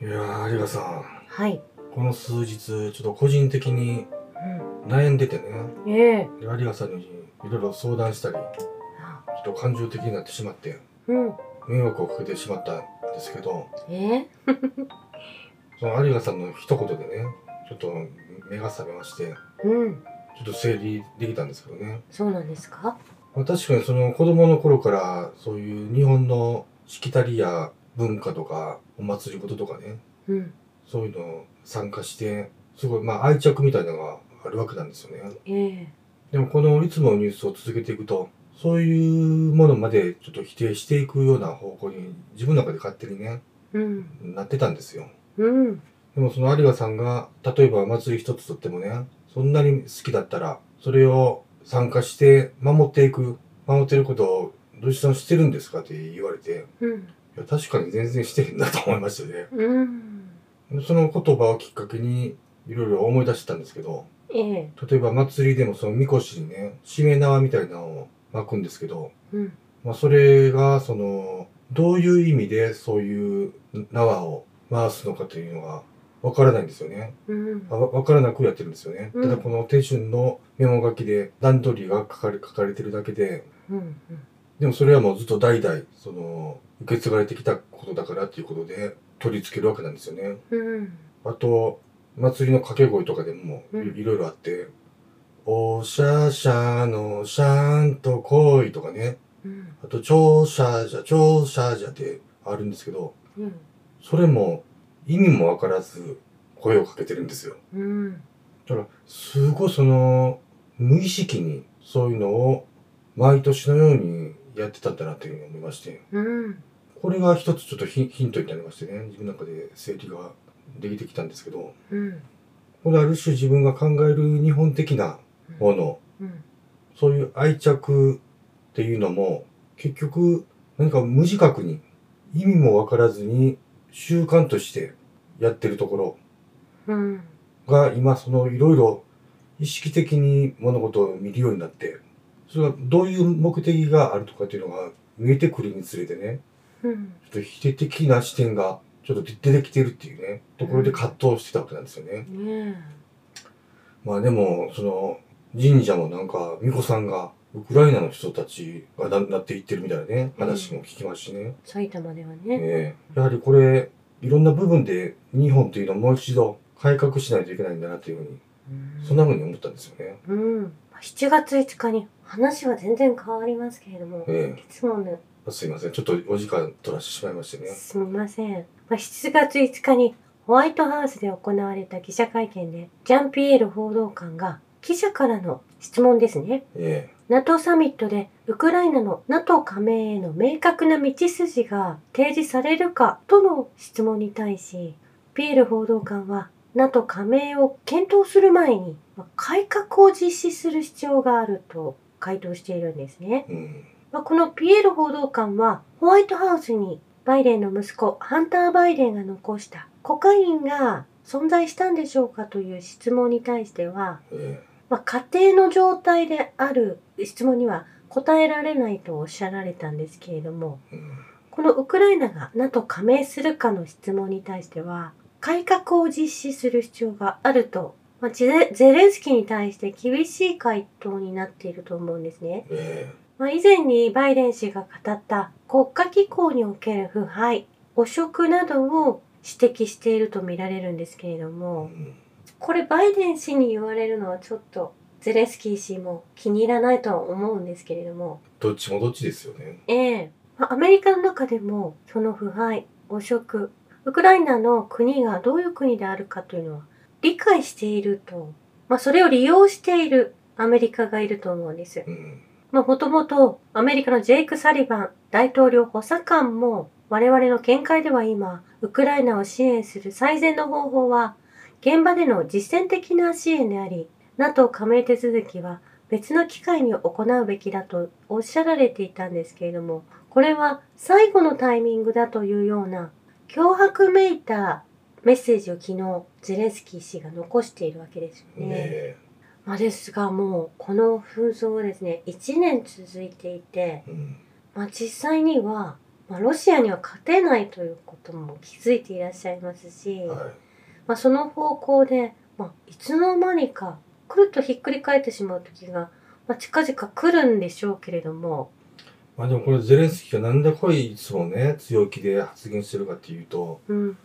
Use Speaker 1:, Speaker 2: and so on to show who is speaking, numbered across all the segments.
Speaker 1: いやー、有賀さん。
Speaker 2: はい。
Speaker 1: この数日、ちょっと個人的に悩んでてね。
Speaker 2: うん、ええ
Speaker 1: 有賀さんにいろいろ相談したり、ちょ
Speaker 2: あ
Speaker 1: っと感情的になってしまって、
Speaker 2: うん。
Speaker 1: 迷惑をかけてしまったんですけど、
Speaker 2: ええ
Speaker 1: その有賀さんの一言でね、ちょっと目が覚めまして、ちょ
Speaker 2: うん。
Speaker 1: っと整理できたんですけどね。
Speaker 2: そうなんですか
Speaker 1: まあ、確かにその子供の頃から、そういう日本のしきたりや文化とか、お祭り事とかね、
Speaker 2: うん。
Speaker 1: そういうの参加して、すごい、まあ愛着みたいなのがあるわけなんですよね。
Speaker 2: ええ
Speaker 1: でもこのいつものニュースを続けていくと、そういうものまでちょっと否定していくような方向に自分の中で勝手にね、
Speaker 2: うん。
Speaker 1: なってたんですよ。
Speaker 2: うん。
Speaker 1: でもその有賀さんが、例えばお祭り一つとってもね、そんなに好きだったら、それを参加して守っていく、守ってることをどうしたしてるんですかって言われて、
Speaker 2: うん。
Speaker 1: いや確かに全然してへんなと思いましたね。
Speaker 2: うん。
Speaker 1: その言葉をきっかけに、いろいろ思い出してたんですけど、
Speaker 2: ええ
Speaker 1: 例えば祭りでもそのみこしにね、しめ縄みたいなのを巻くんですけど、
Speaker 2: うん。
Speaker 1: まあ、それが、その、どういう意味でそういう縄を回すのかというのがわからないんですよね。
Speaker 2: うん
Speaker 1: あわわからなくやってるんですよね。
Speaker 2: うん
Speaker 1: ただこの手順のメモ書きで段取りが書かれ書かれてるだけで、
Speaker 2: うん。
Speaker 1: でもそれはもうずっと代々、その、受け継がれてきたことだからっていうことで取り付けるわけなんですよね。
Speaker 2: うん。
Speaker 1: あと、祭りの掛け声とかでもい
Speaker 2: うん
Speaker 1: いろいろあって、おしゃしゃのしゃーんと来いとかね、
Speaker 2: うん。
Speaker 1: あと、聴者じゃ、聴者じゃってあるんですけど、
Speaker 2: うん。
Speaker 1: それも意味もわからず声をかけてるんですよ。
Speaker 2: うん。
Speaker 1: だから、すごいその、無意識にそういうのを毎年のようにやってたんだなというふうに思いまして、
Speaker 2: うん。
Speaker 1: これが一つちょっとヒンヒントになりましてね、自分の中で整理ができてきたんですけど、
Speaker 2: うん。
Speaker 1: これある種自分が考える日本的なもの、
Speaker 2: うん。
Speaker 1: そういう愛着っていうのも、結局何か無自覚に意味もわからずに習慣としてやってるとこ
Speaker 2: うん。
Speaker 1: ろが今そのいろいろ意識的に物事を見るようになって、それがどういう目的があるとかっていうのが見えてくるにつれてね、
Speaker 2: うん。
Speaker 1: ちょっと否定的な視点がちょっと出てきてるっていうね、ところで葛藤してたわけなんですよね。
Speaker 2: ね
Speaker 1: まあでも、その、神社もなんか、巫女さんが、ウクライナの人たちがななっていってるみたいなね、
Speaker 2: うん
Speaker 1: 話も聞きますしね。
Speaker 2: え。埼玉では
Speaker 1: え
Speaker 2: ね。
Speaker 1: えやはりこれ、いろんな部分で日本というのをもう一度改革しないといけないんだなというふうに、そんなふうに思ったんですよね。
Speaker 2: うん。7月5日に話は全然変わりますけれども、
Speaker 1: え
Speaker 2: いつもの
Speaker 1: えすいません。ちょっとお時間取らせてしまいましてね。
Speaker 2: すみません。まあ7月5日にホワイトハウスで行われた記者会見で、ジャンピエール報道官が記者からの質問ですね。
Speaker 1: え
Speaker 2: NATO サミットでウクライナの NATO 加盟への明確な道筋が提示されるかとの質問に対し、ピエール報道官は NATO 加盟を検討する前にまあ改革を実施する必要があると回答しているんですね。
Speaker 1: えうん。
Speaker 2: まあこのピエール報道官はホワイトハウスにバイデンの息子ハンター・バイデンが残したコカインが存在したんでしょうかという質問に対しては、
Speaker 1: え
Speaker 2: まあ、家庭の状態である質問には答えられないとおっしゃられたんですけれども
Speaker 1: えうん。
Speaker 2: このウクライナが NATO 加盟するかの質問に対しては改革を実施する必要があると、まあ、ゼレゼレンスキーに対して厳しい回答になっていると思うんですね。
Speaker 1: え
Speaker 2: まあ、以前にバイデン氏が語った国家機構における腐敗、汚職などを指摘していると見られるんですけれど
Speaker 1: えう
Speaker 2: も、
Speaker 1: ん。
Speaker 2: これバイデン氏に言われるのはちょっとゼレンスキー氏も気に入らないとは思うんですけれども、
Speaker 1: どっちもどっちですよね。
Speaker 2: ええまあアメリカの中でもその腐敗、汚職、ウクライナの国がどういう国であるかというのは理解していると、まあ、それを利用しているアメリカがいると思うんです。
Speaker 1: うん。
Speaker 2: まあ、もともとアメリカのジェイク・サリバン大統領補佐官も我々の見解では今ウクライナを支援する最善の方法は現場での実践的な支援であり NATO 加盟手続きは別の機会に行うべきだとおっしゃられていたんですけれどもこれは最後のタイミングだというような脅迫めいたメッセージを昨日ゼレンスキー氏が残しているわけです
Speaker 1: ね
Speaker 2: よ
Speaker 1: え
Speaker 2: まあ、ですがもうこの紛争はですね1年続いていて、
Speaker 1: えうん。
Speaker 2: まあ、実際にはまあ、ロシアには勝てないということも気づいていらっしゃいますし、
Speaker 1: は
Speaker 2: まあ、その方向で、まあ、いつの間にかくるっとひっくり返ってしまう時が、まあ、近々来るんでしょうけれども、
Speaker 1: い。まあでもこれゼレンスキーがなんでこいつもね、強気で発言してるかっていうと、
Speaker 2: うん、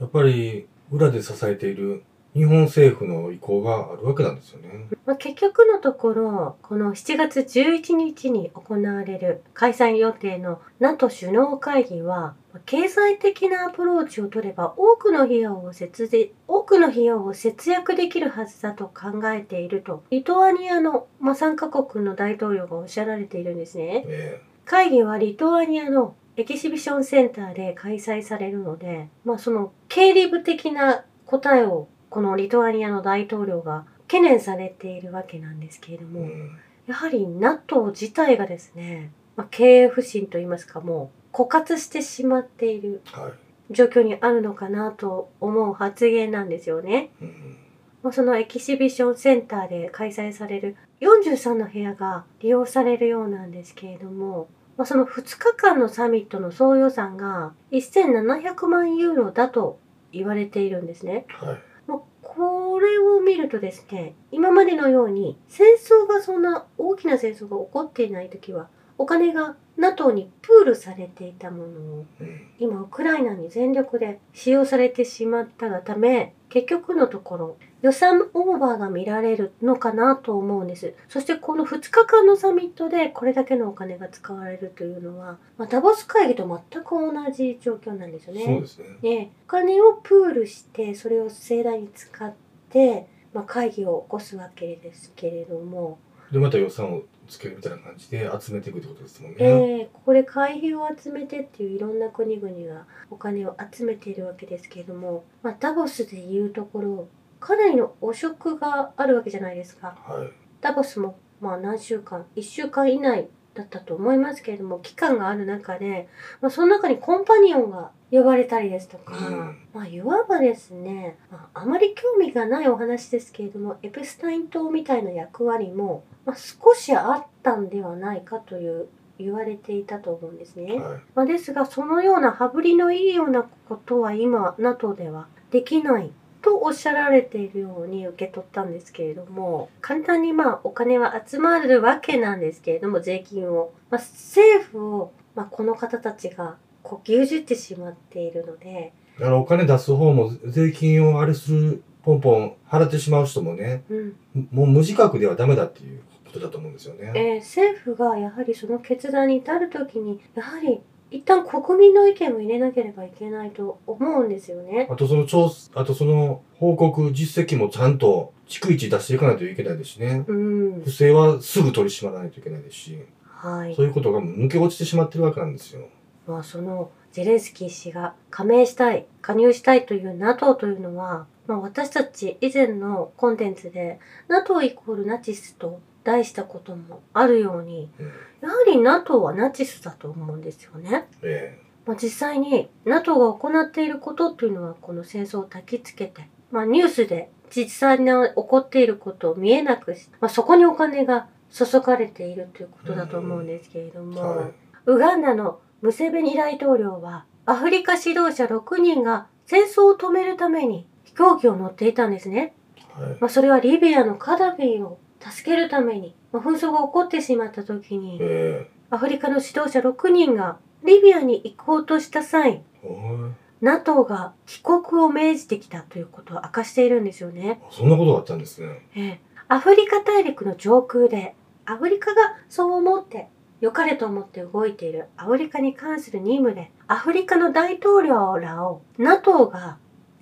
Speaker 1: やっぱり裏で支えている日本政府の意向があるわけなんですよね。
Speaker 2: まあ、結局のところこの7月11日に行われる開催予定の NATO 首脳会議はまあ経済的なアプローチを取れば多くの費用を節税多くの費用を節約できるはずだと考えているとリトアニアの、まあ、3カ国の大統領がおっしゃられているんですね。
Speaker 1: え
Speaker 2: 会議はリトアニアのエキシビションセンターで開催されるので、まあ、その経理部的な答えをこのリトアニアの大統領が懸念されているわけなんですけれど
Speaker 1: え
Speaker 2: も、
Speaker 1: うん。
Speaker 2: やはり NATO 自体がですね、まあ、経営不振といいますかもう枯渇してしまっている
Speaker 1: は
Speaker 2: 状況にあるのかなと思う発言なんですよね。
Speaker 1: い。うん。
Speaker 2: まあ、そのエキシビションセンターで開催される43の部屋が利用されるようなんですけれども、まあ、その2日間のサミットの総予算が1700万ユーロだと言われているんですね。
Speaker 1: はい。
Speaker 2: まあ、これを見るとですね、今までのように戦争がそんな大きな戦争が起こっていない時はお金が NATO にプールされていたものを
Speaker 1: うん。
Speaker 2: 今ウクライナに全力で使用されてしまったがため結局のところ予算オーバーが見られるのかなと思うんですそしてこの2日間のサミットでこれだけのお金が使われるというのは、まあ、ダボス会議と全く同じ状況なんですよ
Speaker 1: そう
Speaker 2: ね
Speaker 1: ですね。
Speaker 2: ねお金をプールしてそれを盛大に使って、まあ、会議を起こすわけですけれども、
Speaker 1: で、また予算をつけるみたいな感じで集めていくってことですもんね。
Speaker 2: ええここで会費を集めてっていういろんな国々がお金を集めているわけですけれども、まあ、ダボスでいうところかなりの汚職があるわけじゃないですか
Speaker 1: はい。
Speaker 2: ダボスもまあ何週間1週間以内だったと思いますけれども期間がある中で、まあ、その中にコンパニオンが呼ばれたりですとか、
Speaker 1: うん
Speaker 2: まあ、いわばですね、まあ、あまり興味がないお話ですけれどもエプスタイン島みたいな役割も、まあ、少しあったんではないかという言われていたと思うんですね。
Speaker 1: はい。
Speaker 2: まあ、ですがそのような羽振りのいいようなことは今 NATO ではできないとおっしゃられているように受け取ったんですけれども簡単にまあお金は集まるわけなんですけれども税金を、まあ、政府を、まあ、この方たちがこう牛耳ってしまっているので、
Speaker 1: だからお金出す方も税金をあれする、ポンポン払ってしまう人もね、
Speaker 2: うん
Speaker 1: もう無自覚ではダメだっていうことだと思うんですよね。
Speaker 2: えー政府がやはりその決断に至る時にやはり一旦国民の意見も入れなければいけないと思うんですよね。
Speaker 1: あとその調査、あとその報告、実績もちゃんと逐一出していかないといけないですしね。
Speaker 2: うん
Speaker 1: 不、正はすぐ取り締まらないといけないですし、
Speaker 2: はい
Speaker 1: そういうことがもう抜け落ちてしまってるわけなんですよ。
Speaker 2: まあ、そのゼレンスキー氏が加盟したい加入したいという NATO というのは、まあ、私たち以前のコンテンツで NATO イコールナチスと題したこともあるように
Speaker 1: うん
Speaker 2: やはり NATO はナチスだと思うんですよね。
Speaker 1: え
Speaker 2: まあ、実際に NATO が行っていることというのはこの戦争を焚きつけて、まあ、ニュースで実際に起こっていることを見えなくし、まあ、そこにお金が注がれているということだと思うんですけれど
Speaker 1: え
Speaker 2: も。
Speaker 1: は
Speaker 2: ウガンダのムセベニ大統領はアフリカ指導者6人が戦争を止めるために飛行機を乗っていたんですね。
Speaker 1: い。はい。
Speaker 2: まあ、それはリビアのカダフィを助けるために、まあ、紛争が起こってしまった時に
Speaker 1: え
Speaker 2: アフリカの指導者6人がリビアに行こうとした際
Speaker 1: えはい
Speaker 2: NATO が帰国を命じてきたということを明かしているんですよね。
Speaker 1: あそんなことがあったんですね。
Speaker 2: ええアフリカ大陸の上空でアフリカがそう思って良かれと思って動いているアフリカに関する任務でアフリカの大統領らを NATO が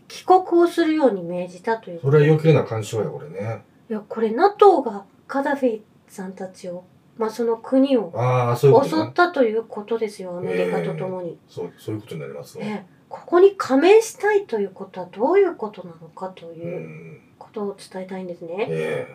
Speaker 2: 帰国をするように命じたという
Speaker 1: それは余計な干渉や、これね。
Speaker 2: いやこれ NATO がカダフィさんたちを、まあ、その国を
Speaker 1: ああ、そういうこ
Speaker 2: 襲
Speaker 1: と
Speaker 2: っ
Speaker 1: ね。
Speaker 2: たということですよアメリカとともに。
Speaker 1: そう、そういうことになりますわ。
Speaker 2: ええここに加盟したいということはどういうことなのかと
Speaker 1: う。
Speaker 2: いうんことを伝えたいんですね。
Speaker 1: え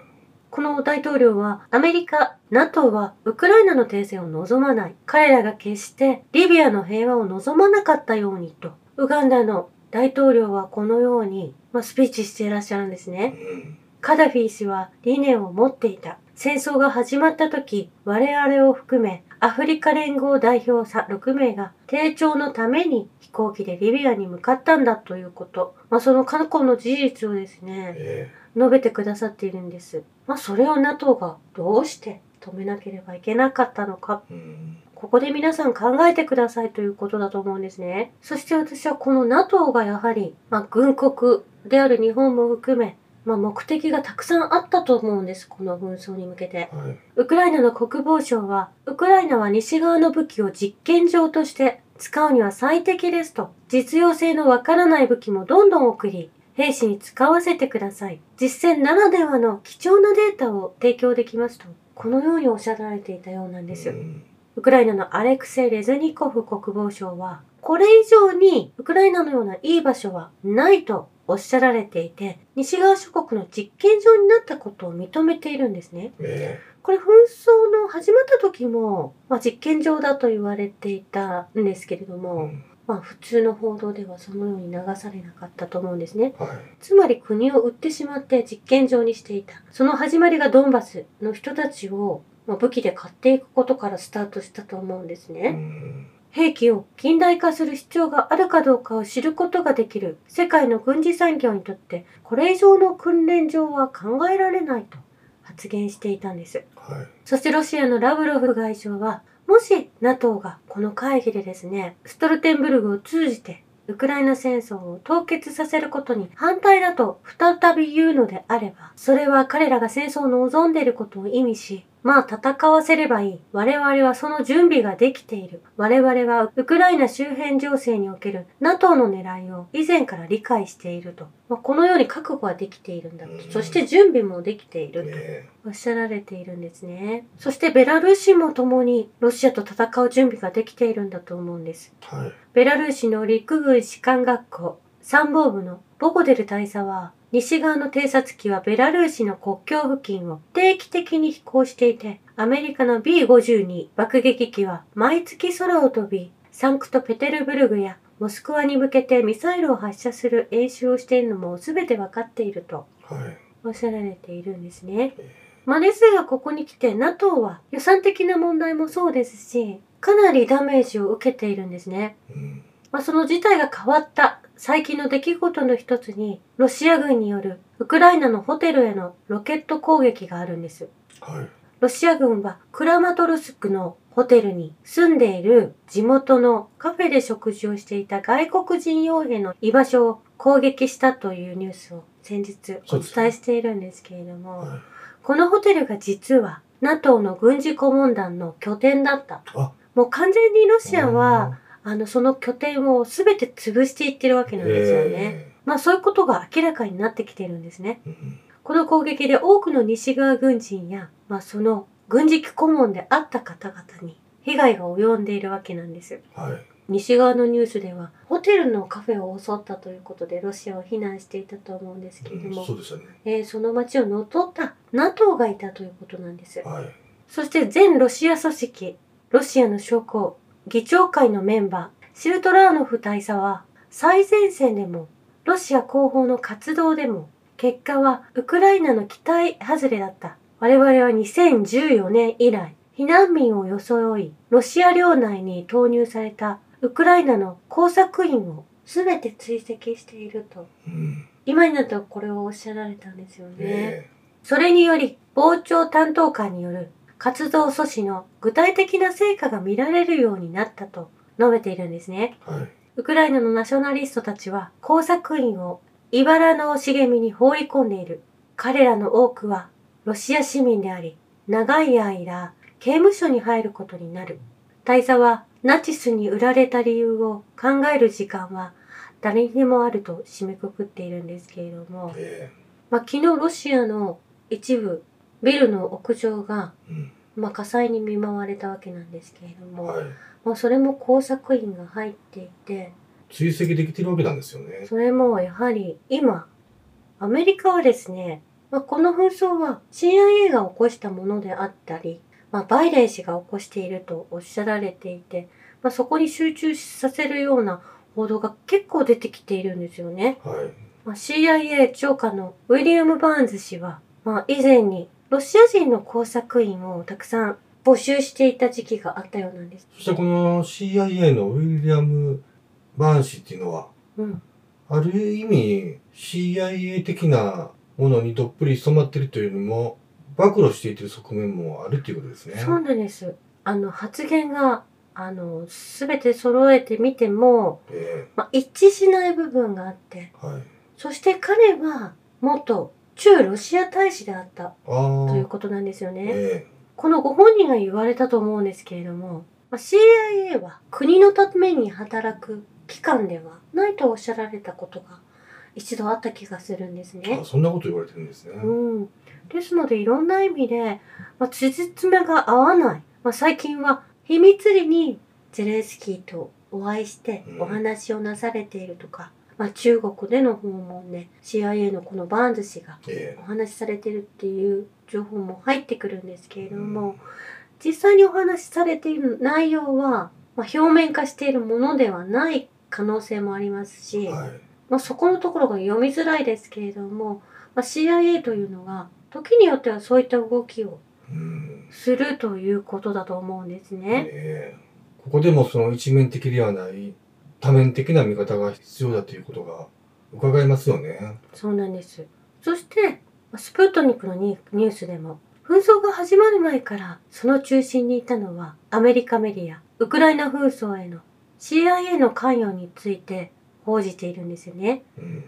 Speaker 2: この大統領はアメリカ、NATO はウクライナの停戦を望まない。彼らが決してリビアの平和を望まなかったようにと。ウガンダの大統領はこのように、まあ、スピーチしていらっしゃるんです
Speaker 1: え
Speaker 2: ね。
Speaker 1: うん。
Speaker 2: カダフィ氏は理念を持っていた。戦争が始まった時、我々を含めアフリカ連合代表さ6名が丁重のために飛行機でリビアに向かったんだということ、まあ、その過去の事実をですね
Speaker 1: え
Speaker 2: 述べてくださっているんです、まあ、それを NATO がどうして止めなければいけなかったのか
Speaker 1: えうん。
Speaker 2: ここで皆さん考えてくださいということだと思うんですね。そして私はこの NATO がやはり、まあ、軍国である日本も含め、まあ、目的がたくさんあったと思うんです。この紛争に向けて。
Speaker 1: はい。
Speaker 2: ウクライナの国防省は、ウクライナは西側の武器を実験場として使うには最適ですと、実用性のわからない武器もどんどん送り、兵士に使わせてください。実戦ならではの貴重なデータを提供できますと、このようにおっしゃられていたようなんです。
Speaker 1: うん
Speaker 2: ウクライナのアレクセイ・レズニコフ国防相は、これ以上にウクライナのようないい場所はないとおっしゃられていて、西側諸国の実験場になったことを認めているんですね。
Speaker 1: え
Speaker 2: これ紛争の始まった時も、まあ、実験場だと言われていたんですけれど
Speaker 1: えう
Speaker 2: も、
Speaker 1: ん
Speaker 2: まあ、普通の報道ではそのように流されなかったと思うんですね。
Speaker 1: はい。
Speaker 2: つまり国を売ってしまって実験場にしていた。その始まりがドンバスの人たちをまあ武器で買っていくことからスタートしたと思うんで
Speaker 1: う
Speaker 2: すね。
Speaker 1: ん
Speaker 2: 兵器を近代化する必要があるかどうかを知ることができる世界の軍事産業にとってこれ以上の訓練場は考えられないと発言していたんです。
Speaker 1: はい。
Speaker 2: そしてロシアのラブロフ外相は、もし NATO がこの会議でですね、ストルテンブルグを通じて、ウクライナ戦争を凍結させることに反対だと再び言うのであれば、それは彼らが戦争を望んでいることを意味し、まあ戦わせればいい。我々はその準備ができている。我々はウクライナ周辺情勢における NATO の狙いを以前から理解していると。まあ、このように覚悟はできているんだと
Speaker 1: うん。
Speaker 2: そして準備もできていると。
Speaker 1: え
Speaker 2: おっしゃられているんですね。そしてベラルーシも共にロシアと戦う準備ができているんだと思うんです。
Speaker 1: えはい。
Speaker 2: ベラルーシの陸軍士官学校参謀部のボゴデル大佐は西側の偵察機はベラルーシの国境付近を定期的に飛行していてアメリカの B52 爆撃機は毎月空を飛びサンクトペテルブルグやモスクワに向けてミサイルを発射する演習をしているのも全て分かっていると
Speaker 1: はい。
Speaker 2: おっしゃられているんですね
Speaker 1: ええ。
Speaker 2: まあ、ですがここに来て NATO は予算的な問題もそうですしかなりダメージを受けているんですね。
Speaker 1: うん。
Speaker 2: まあ、その事態が変わった最近の出来事の一つにロシア軍によるウクライナのホテルへのロケット攻撃があるんです。
Speaker 1: はい。
Speaker 2: ロシア軍はクラマトルスクのホテルに住んでいる地元のカフェで食事をしていた外国人傭兵の居場所を攻撃したというニュースを先日お伝えしているんですけれども、
Speaker 1: はい。
Speaker 2: このホテルが実は NATO の軍事顧問団の拠点だった
Speaker 1: あ。
Speaker 2: もう完全にロシアは、あの、その拠点を全て潰していってるわけ
Speaker 1: うん、
Speaker 2: なんですよね。まあそういうことが明らかになってきてるんですね。
Speaker 1: ええうん
Speaker 2: この攻撃で多くの西側軍人や、まあその軍事顧問であった方々に被害が及んでいるわけなんです。
Speaker 1: はい。
Speaker 2: 西側のニュースでは、ホテルのカフェを襲ったということでロシアを非難していたと思うんですけれど
Speaker 1: うん
Speaker 2: も、
Speaker 1: そうでしたね。
Speaker 2: えーその街を乗っ取った NATO がいたということなんです。
Speaker 1: はい。
Speaker 2: そして全ロシア組織、ロシアの将校、議長会のメンバー、シルトラーノフ大佐は、最前線でも、ロシア後方の活動でも、結果はウクライナの期待外れだった。我々は2014年以来、避難民を装い、ロシア領内に投入されたウクライナの工作員を全て追跡していると。
Speaker 1: うん。
Speaker 2: 今になったらこれをおっしゃられたんですよね。
Speaker 1: え
Speaker 2: それにより、傍聴担当官による活動阻止の具体的な成果が見られるようになったと述べているんですね。
Speaker 1: えはい。
Speaker 2: ウクライナのナショナリストたちは工作員を茨の茂みに放り込んでいる。彼らの多くはロシア市民であり、長い間刑務所に入ることになる。大佐はナチスに売られた理由を考える時間は誰にでもあると締めくくっているんですけれども。
Speaker 1: え
Speaker 2: まあ、昨日ロシアの一部ビルの屋上が、
Speaker 1: えうん。
Speaker 2: まあ、火災に見舞われたわけなんですけれども、
Speaker 1: はい。
Speaker 2: まあ、それも工作員が入っていて
Speaker 1: 追跡できてるわけなんですよね。
Speaker 2: それもやはり今アメリカはですね、まあ、この紛争は CIA が起こしたものであったり、まあ、バイデン氏が起こしているとおっしゃられていて、まあ、そこに集中させるような報道が結構出てきているんですよね。
Speaker 1: はい。
Speaker 2: まあ CIA 長官のウィリアム・バーンズ氏は、まあ、以前にロシア人の工作員をたくさん募集していた時期があったようなんです。
Speaker 1: そしてこの CIA のウィリアム・バーン氏っていうのは、
Speaker 2: うん。
Speaker 1: ある意味 CIA 的なものにどっぷり染まってるというよりも、暴露していってる側面もあるっていうことですね。
Speaker 2: そうなんです。あの、発言が、あの、すべて揃えてみても、
Speaker 1: え
Speaker 2: まあ、一致しない部分があって、
Speaker 1: えはい。
Speaker 2: そして彼は元駐ロシア大使であった
Speaker 1: ああ。
Speaker 2: ということなんですよね。
Speaker 1: え
Speaker 2: このご本人が言われたと思うんですけれども、まあ CIA は国のために働く機関ではないとおっしゃられたことが一度あった気がするんです
Speaker 1: え
Speaker 2: ね
Speaker 1: あ。そんなこと言われてるんですね。
Speaker 2: うん、ですのでいろんな意味で、まあ、辻褄が合わない、まあ、最近は秘密裏にゼレンスキーとお会いして
Speaker 1: うん
Speaker 2: お話をなされているとか、まあ、中国での訪問で CIA のこのバーンズ氏が
Speaker 1: え
Speaker 2: お話しされてるっていう情報も入ってくるんですけれ
Speaker 1: え
Speaker 2: ども、実際にお話しされている内容は、まあ、表面化しているものではない可能性もありますし、
Speaker 1: はい。
Speaker 2: まあ、そこのところが読みづらいですけれども、まあ、CIA というのが時によってはそういった動きを
Speaker 1: うん。
Speaker 2: するということだと思うんですね。
Speaker 1: ええここでもその一面的ではない多面的な見方が必要だということが伺えますよね。
Speaker 2: そうなんです。そしてまあスプートニクのニニュースでも紛争が始まる前からその中心にいたのはアメリカメディアウクライナ紛争への CIA の関与について報じているんですよね。
Speaker 1: うん。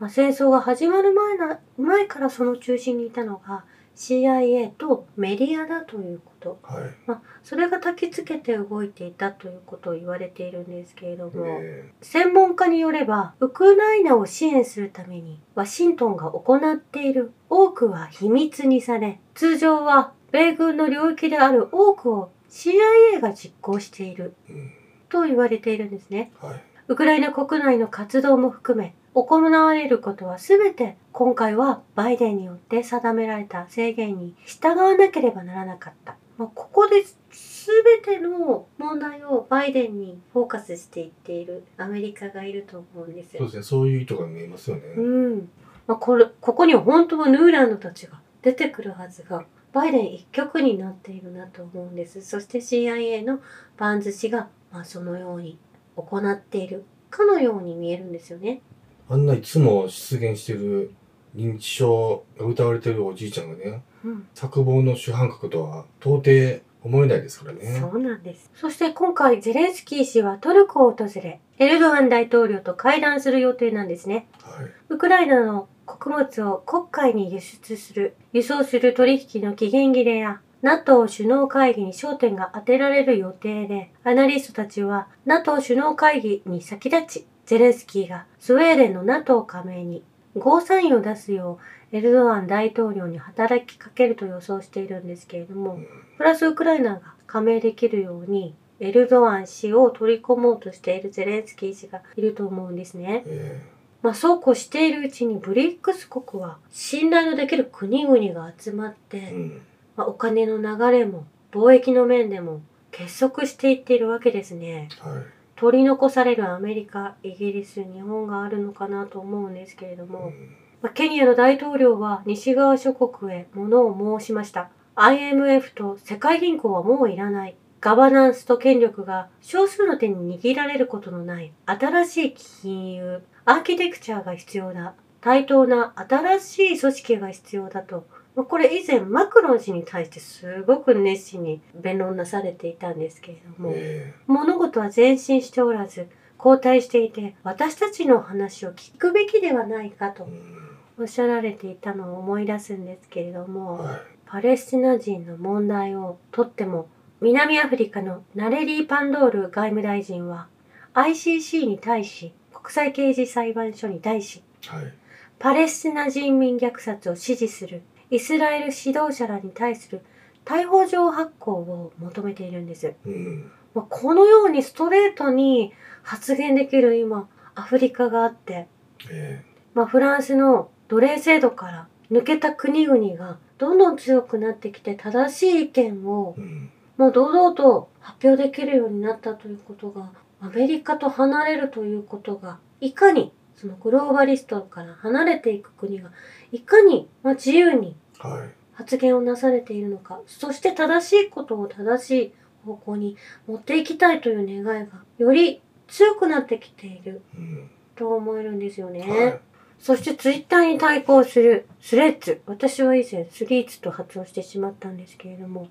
Speaker 2: まあ、戦争が始まる前な前からその中心にいたのが CIA とメディアだということ、
Speaker 1: はい。
Speaker 2: まあ、それが焚きつけて動いていたということを言われているんですけれども、
Speaker 1: え
Speaker 2: 専門家によればウクライナを支援するためにワシントンが行っている多くは秘密にされ通常は米軍の領域である多くを CIA が実行している
Speaker 1: えうん。
Speaker 2: と言われているんですね。
Speaker 1: はい。
Speaker 2: ウクライナ国内の活動も含め行われることは全て今回はバイデンによって定められた制限に従わなければならなかった。まあ、ここで全ての問題をバイデンにフォーカスしていっているアメリカがいると思うんです
Speaker 1: そう
Speaker 2: よ。
Speaker 1: ですね。そういう意図が見えますよね。
Speaker 2: うん。まあ、これ、ここには本当はヌーランドたちが出てくるはずが、バイデン一極になっているなと思うんです。そして CIA のバーンズ氏が、まあ、そのように行っているかのように見えるんですよね。
Speaker 1: あんないつも出現してる認知症が歌われてるおじいちゃんがね、
Speaker 2: うん。
Speaker 1: 作望の主犯格とは到底思えないですからね。
Speaker 2: そうなんです。そして今回ゼレンスキー氏はトルコを訪れ、エルドアン大統領と会談する予定なんですね。
Speaker 1: はい。
Speaker 2: ウクライナの穀物を国会に輸出する、輸送する取引の期限切れや、NATO 首脳会議に焦点が当てられる予定で、アナリストたちは NATO 首脳会議に先立ち、ゼレンスキーがスウェーデンの NATO 加盟にゴーサインを出すようエルドアン大統領に働きかけると予想しているんですけれども、プラスウクライナが加盟できるように、エルドアン氏を取り込もうとしているゼレンスキー氏がいると思うんですね。
Speaker 1: え
Speaker 2: まあ、そうこうしているうちにブリックス国は信頼のできる国々が集まっ
Speaker 1: え
Speaker 2: て、
Speaker 1: うん。
Speaker 2: まあ、お金の流れも貿易の面でも結束していっているわけですね。
Speaker 1: はい。
Speaker 2: 取り残されるアメリカ、イギリス、日本があるのかなと思うんですけれども、
Speaker 1: うん
Speaker 2: まあケニアの大統領は西側諸国へ物を申しました。IMF と世界銀行はもういらない。ガバナンスと権力が少数の手に握られることのない新しい金融、アーキテクチャが必要だ。対等な新しい組織が必要だと。まあこれ以前マクロン氏に対してすごく熱心に弁論なされていたんですけれども。
Speaker 1: え
Speaker 2: 物事は前進しておらず後退していて私たちの話を聞くべきではないか
Speaker 1: え
Speaker 2: と
Speaker 1: うん。
Speaker 2: おっしゃられていたのを思い出すんですけれども
Speaker 1: はい。
Speaker 2: パレスチナ人の問題をとっても南アフリカのナレリー・パンドール外務大臣は ICC に対し国際刑事裁判所に対し
Speaker 1: はい。
Speaker 2: パレスチナ人民虐殺を支持するイスラエル指導者らに対する逮捕状発行を求めているんです。
Speaker 1: うん。
Speaker 2: まあ、このようにストレートに発言できる今アフリカがあって、
Speaker 1: え
Speaker 2: まあ、フランスの奴隷制度から抜けた国々がどんどん強くなってきて正しい意見を
Speaker 1: えうん。
Speaker 2: もう堂々と発表できるようになったということがアメリカと離れるということがいかにそのグローバリストから離れていく国がいかにまあ自由に
Speaker 1: はい。
Speaker 2: 発言をなされているのか、そして正しいことを正しい方向に持っていきたいという願いがより強くなってきている
Speaker 1: うん。
Speaker 2: と思えるんですよね。
Speaker 1: はい。
Speaker 2: そしてツイッターに対抗するスレッズ。私は以前スリーツと発音してしまったんですけれども、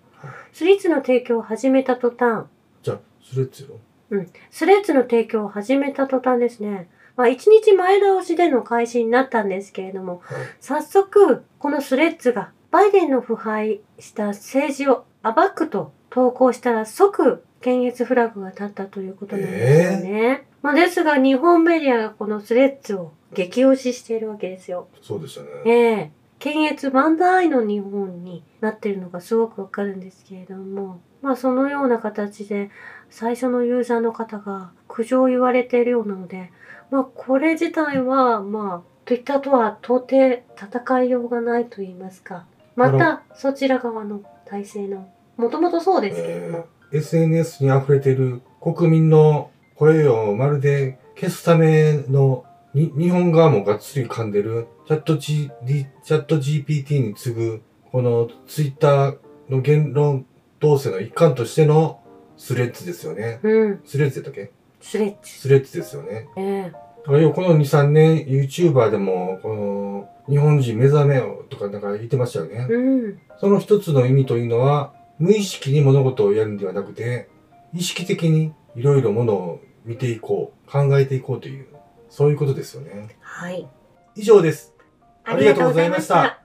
Speaker 2: スリーツの提供を始めた途端、
Speaker 1: じゃあ、スレッズよ。
Speaker 2: うん、スレッズの提供を始めた途端ですね、まあ一日前倒しでの開始になったんですけれども、
Speaker 1: はい。
Speaker 2: 早速このスレッズがバイデンの腐敗した政治を暴くと投稿したら即検閲フラグが立ったということなんですよね。まあですが日本メディアがこのスレッズを激推ししているわけですよ。
Speaker 1: そうでしたね。
Speaker 2: ええ検閲万歳の日本になってるのがすごくわかるんですけれども、まあそのような形で最初のユーザーの方が苦情を言われているようなので、まあこれ自体はまあ Twitter とは到底戦いようがないと言いますか、ま
Speaker 1: な
Speaker 2: たそちら側の体制の、もともとそうですけれども、
Speaker 1: えー SNS に溢れている国民の声をまるで消すためのに日本側もがっつり噛んでるチャット G、D- チャット GPT に次ぐこのツイッターの言論統制の一環としてのスレッズですよね。
Speaker 2: うん、
Speaker 1: スレッズだっけ
Speaker 2: スレッチ。
Speaker 1: スレッズですよね。
Speaker 2: ええ
Speaker 1: だから要はこの2、3年 YouTuber でもこの日本人目覚めよとかなんか言ってましたよね。
Speaker 2: うん、
Speaker 1: その一つの意味というのは、無意識に物事をやるんではなくて、意識的にいろいろものを見ていこう、考えていこうという、そういうことですよね。
Speaker 2: はい。
Speaker 1: 以上です。ありがとうございました。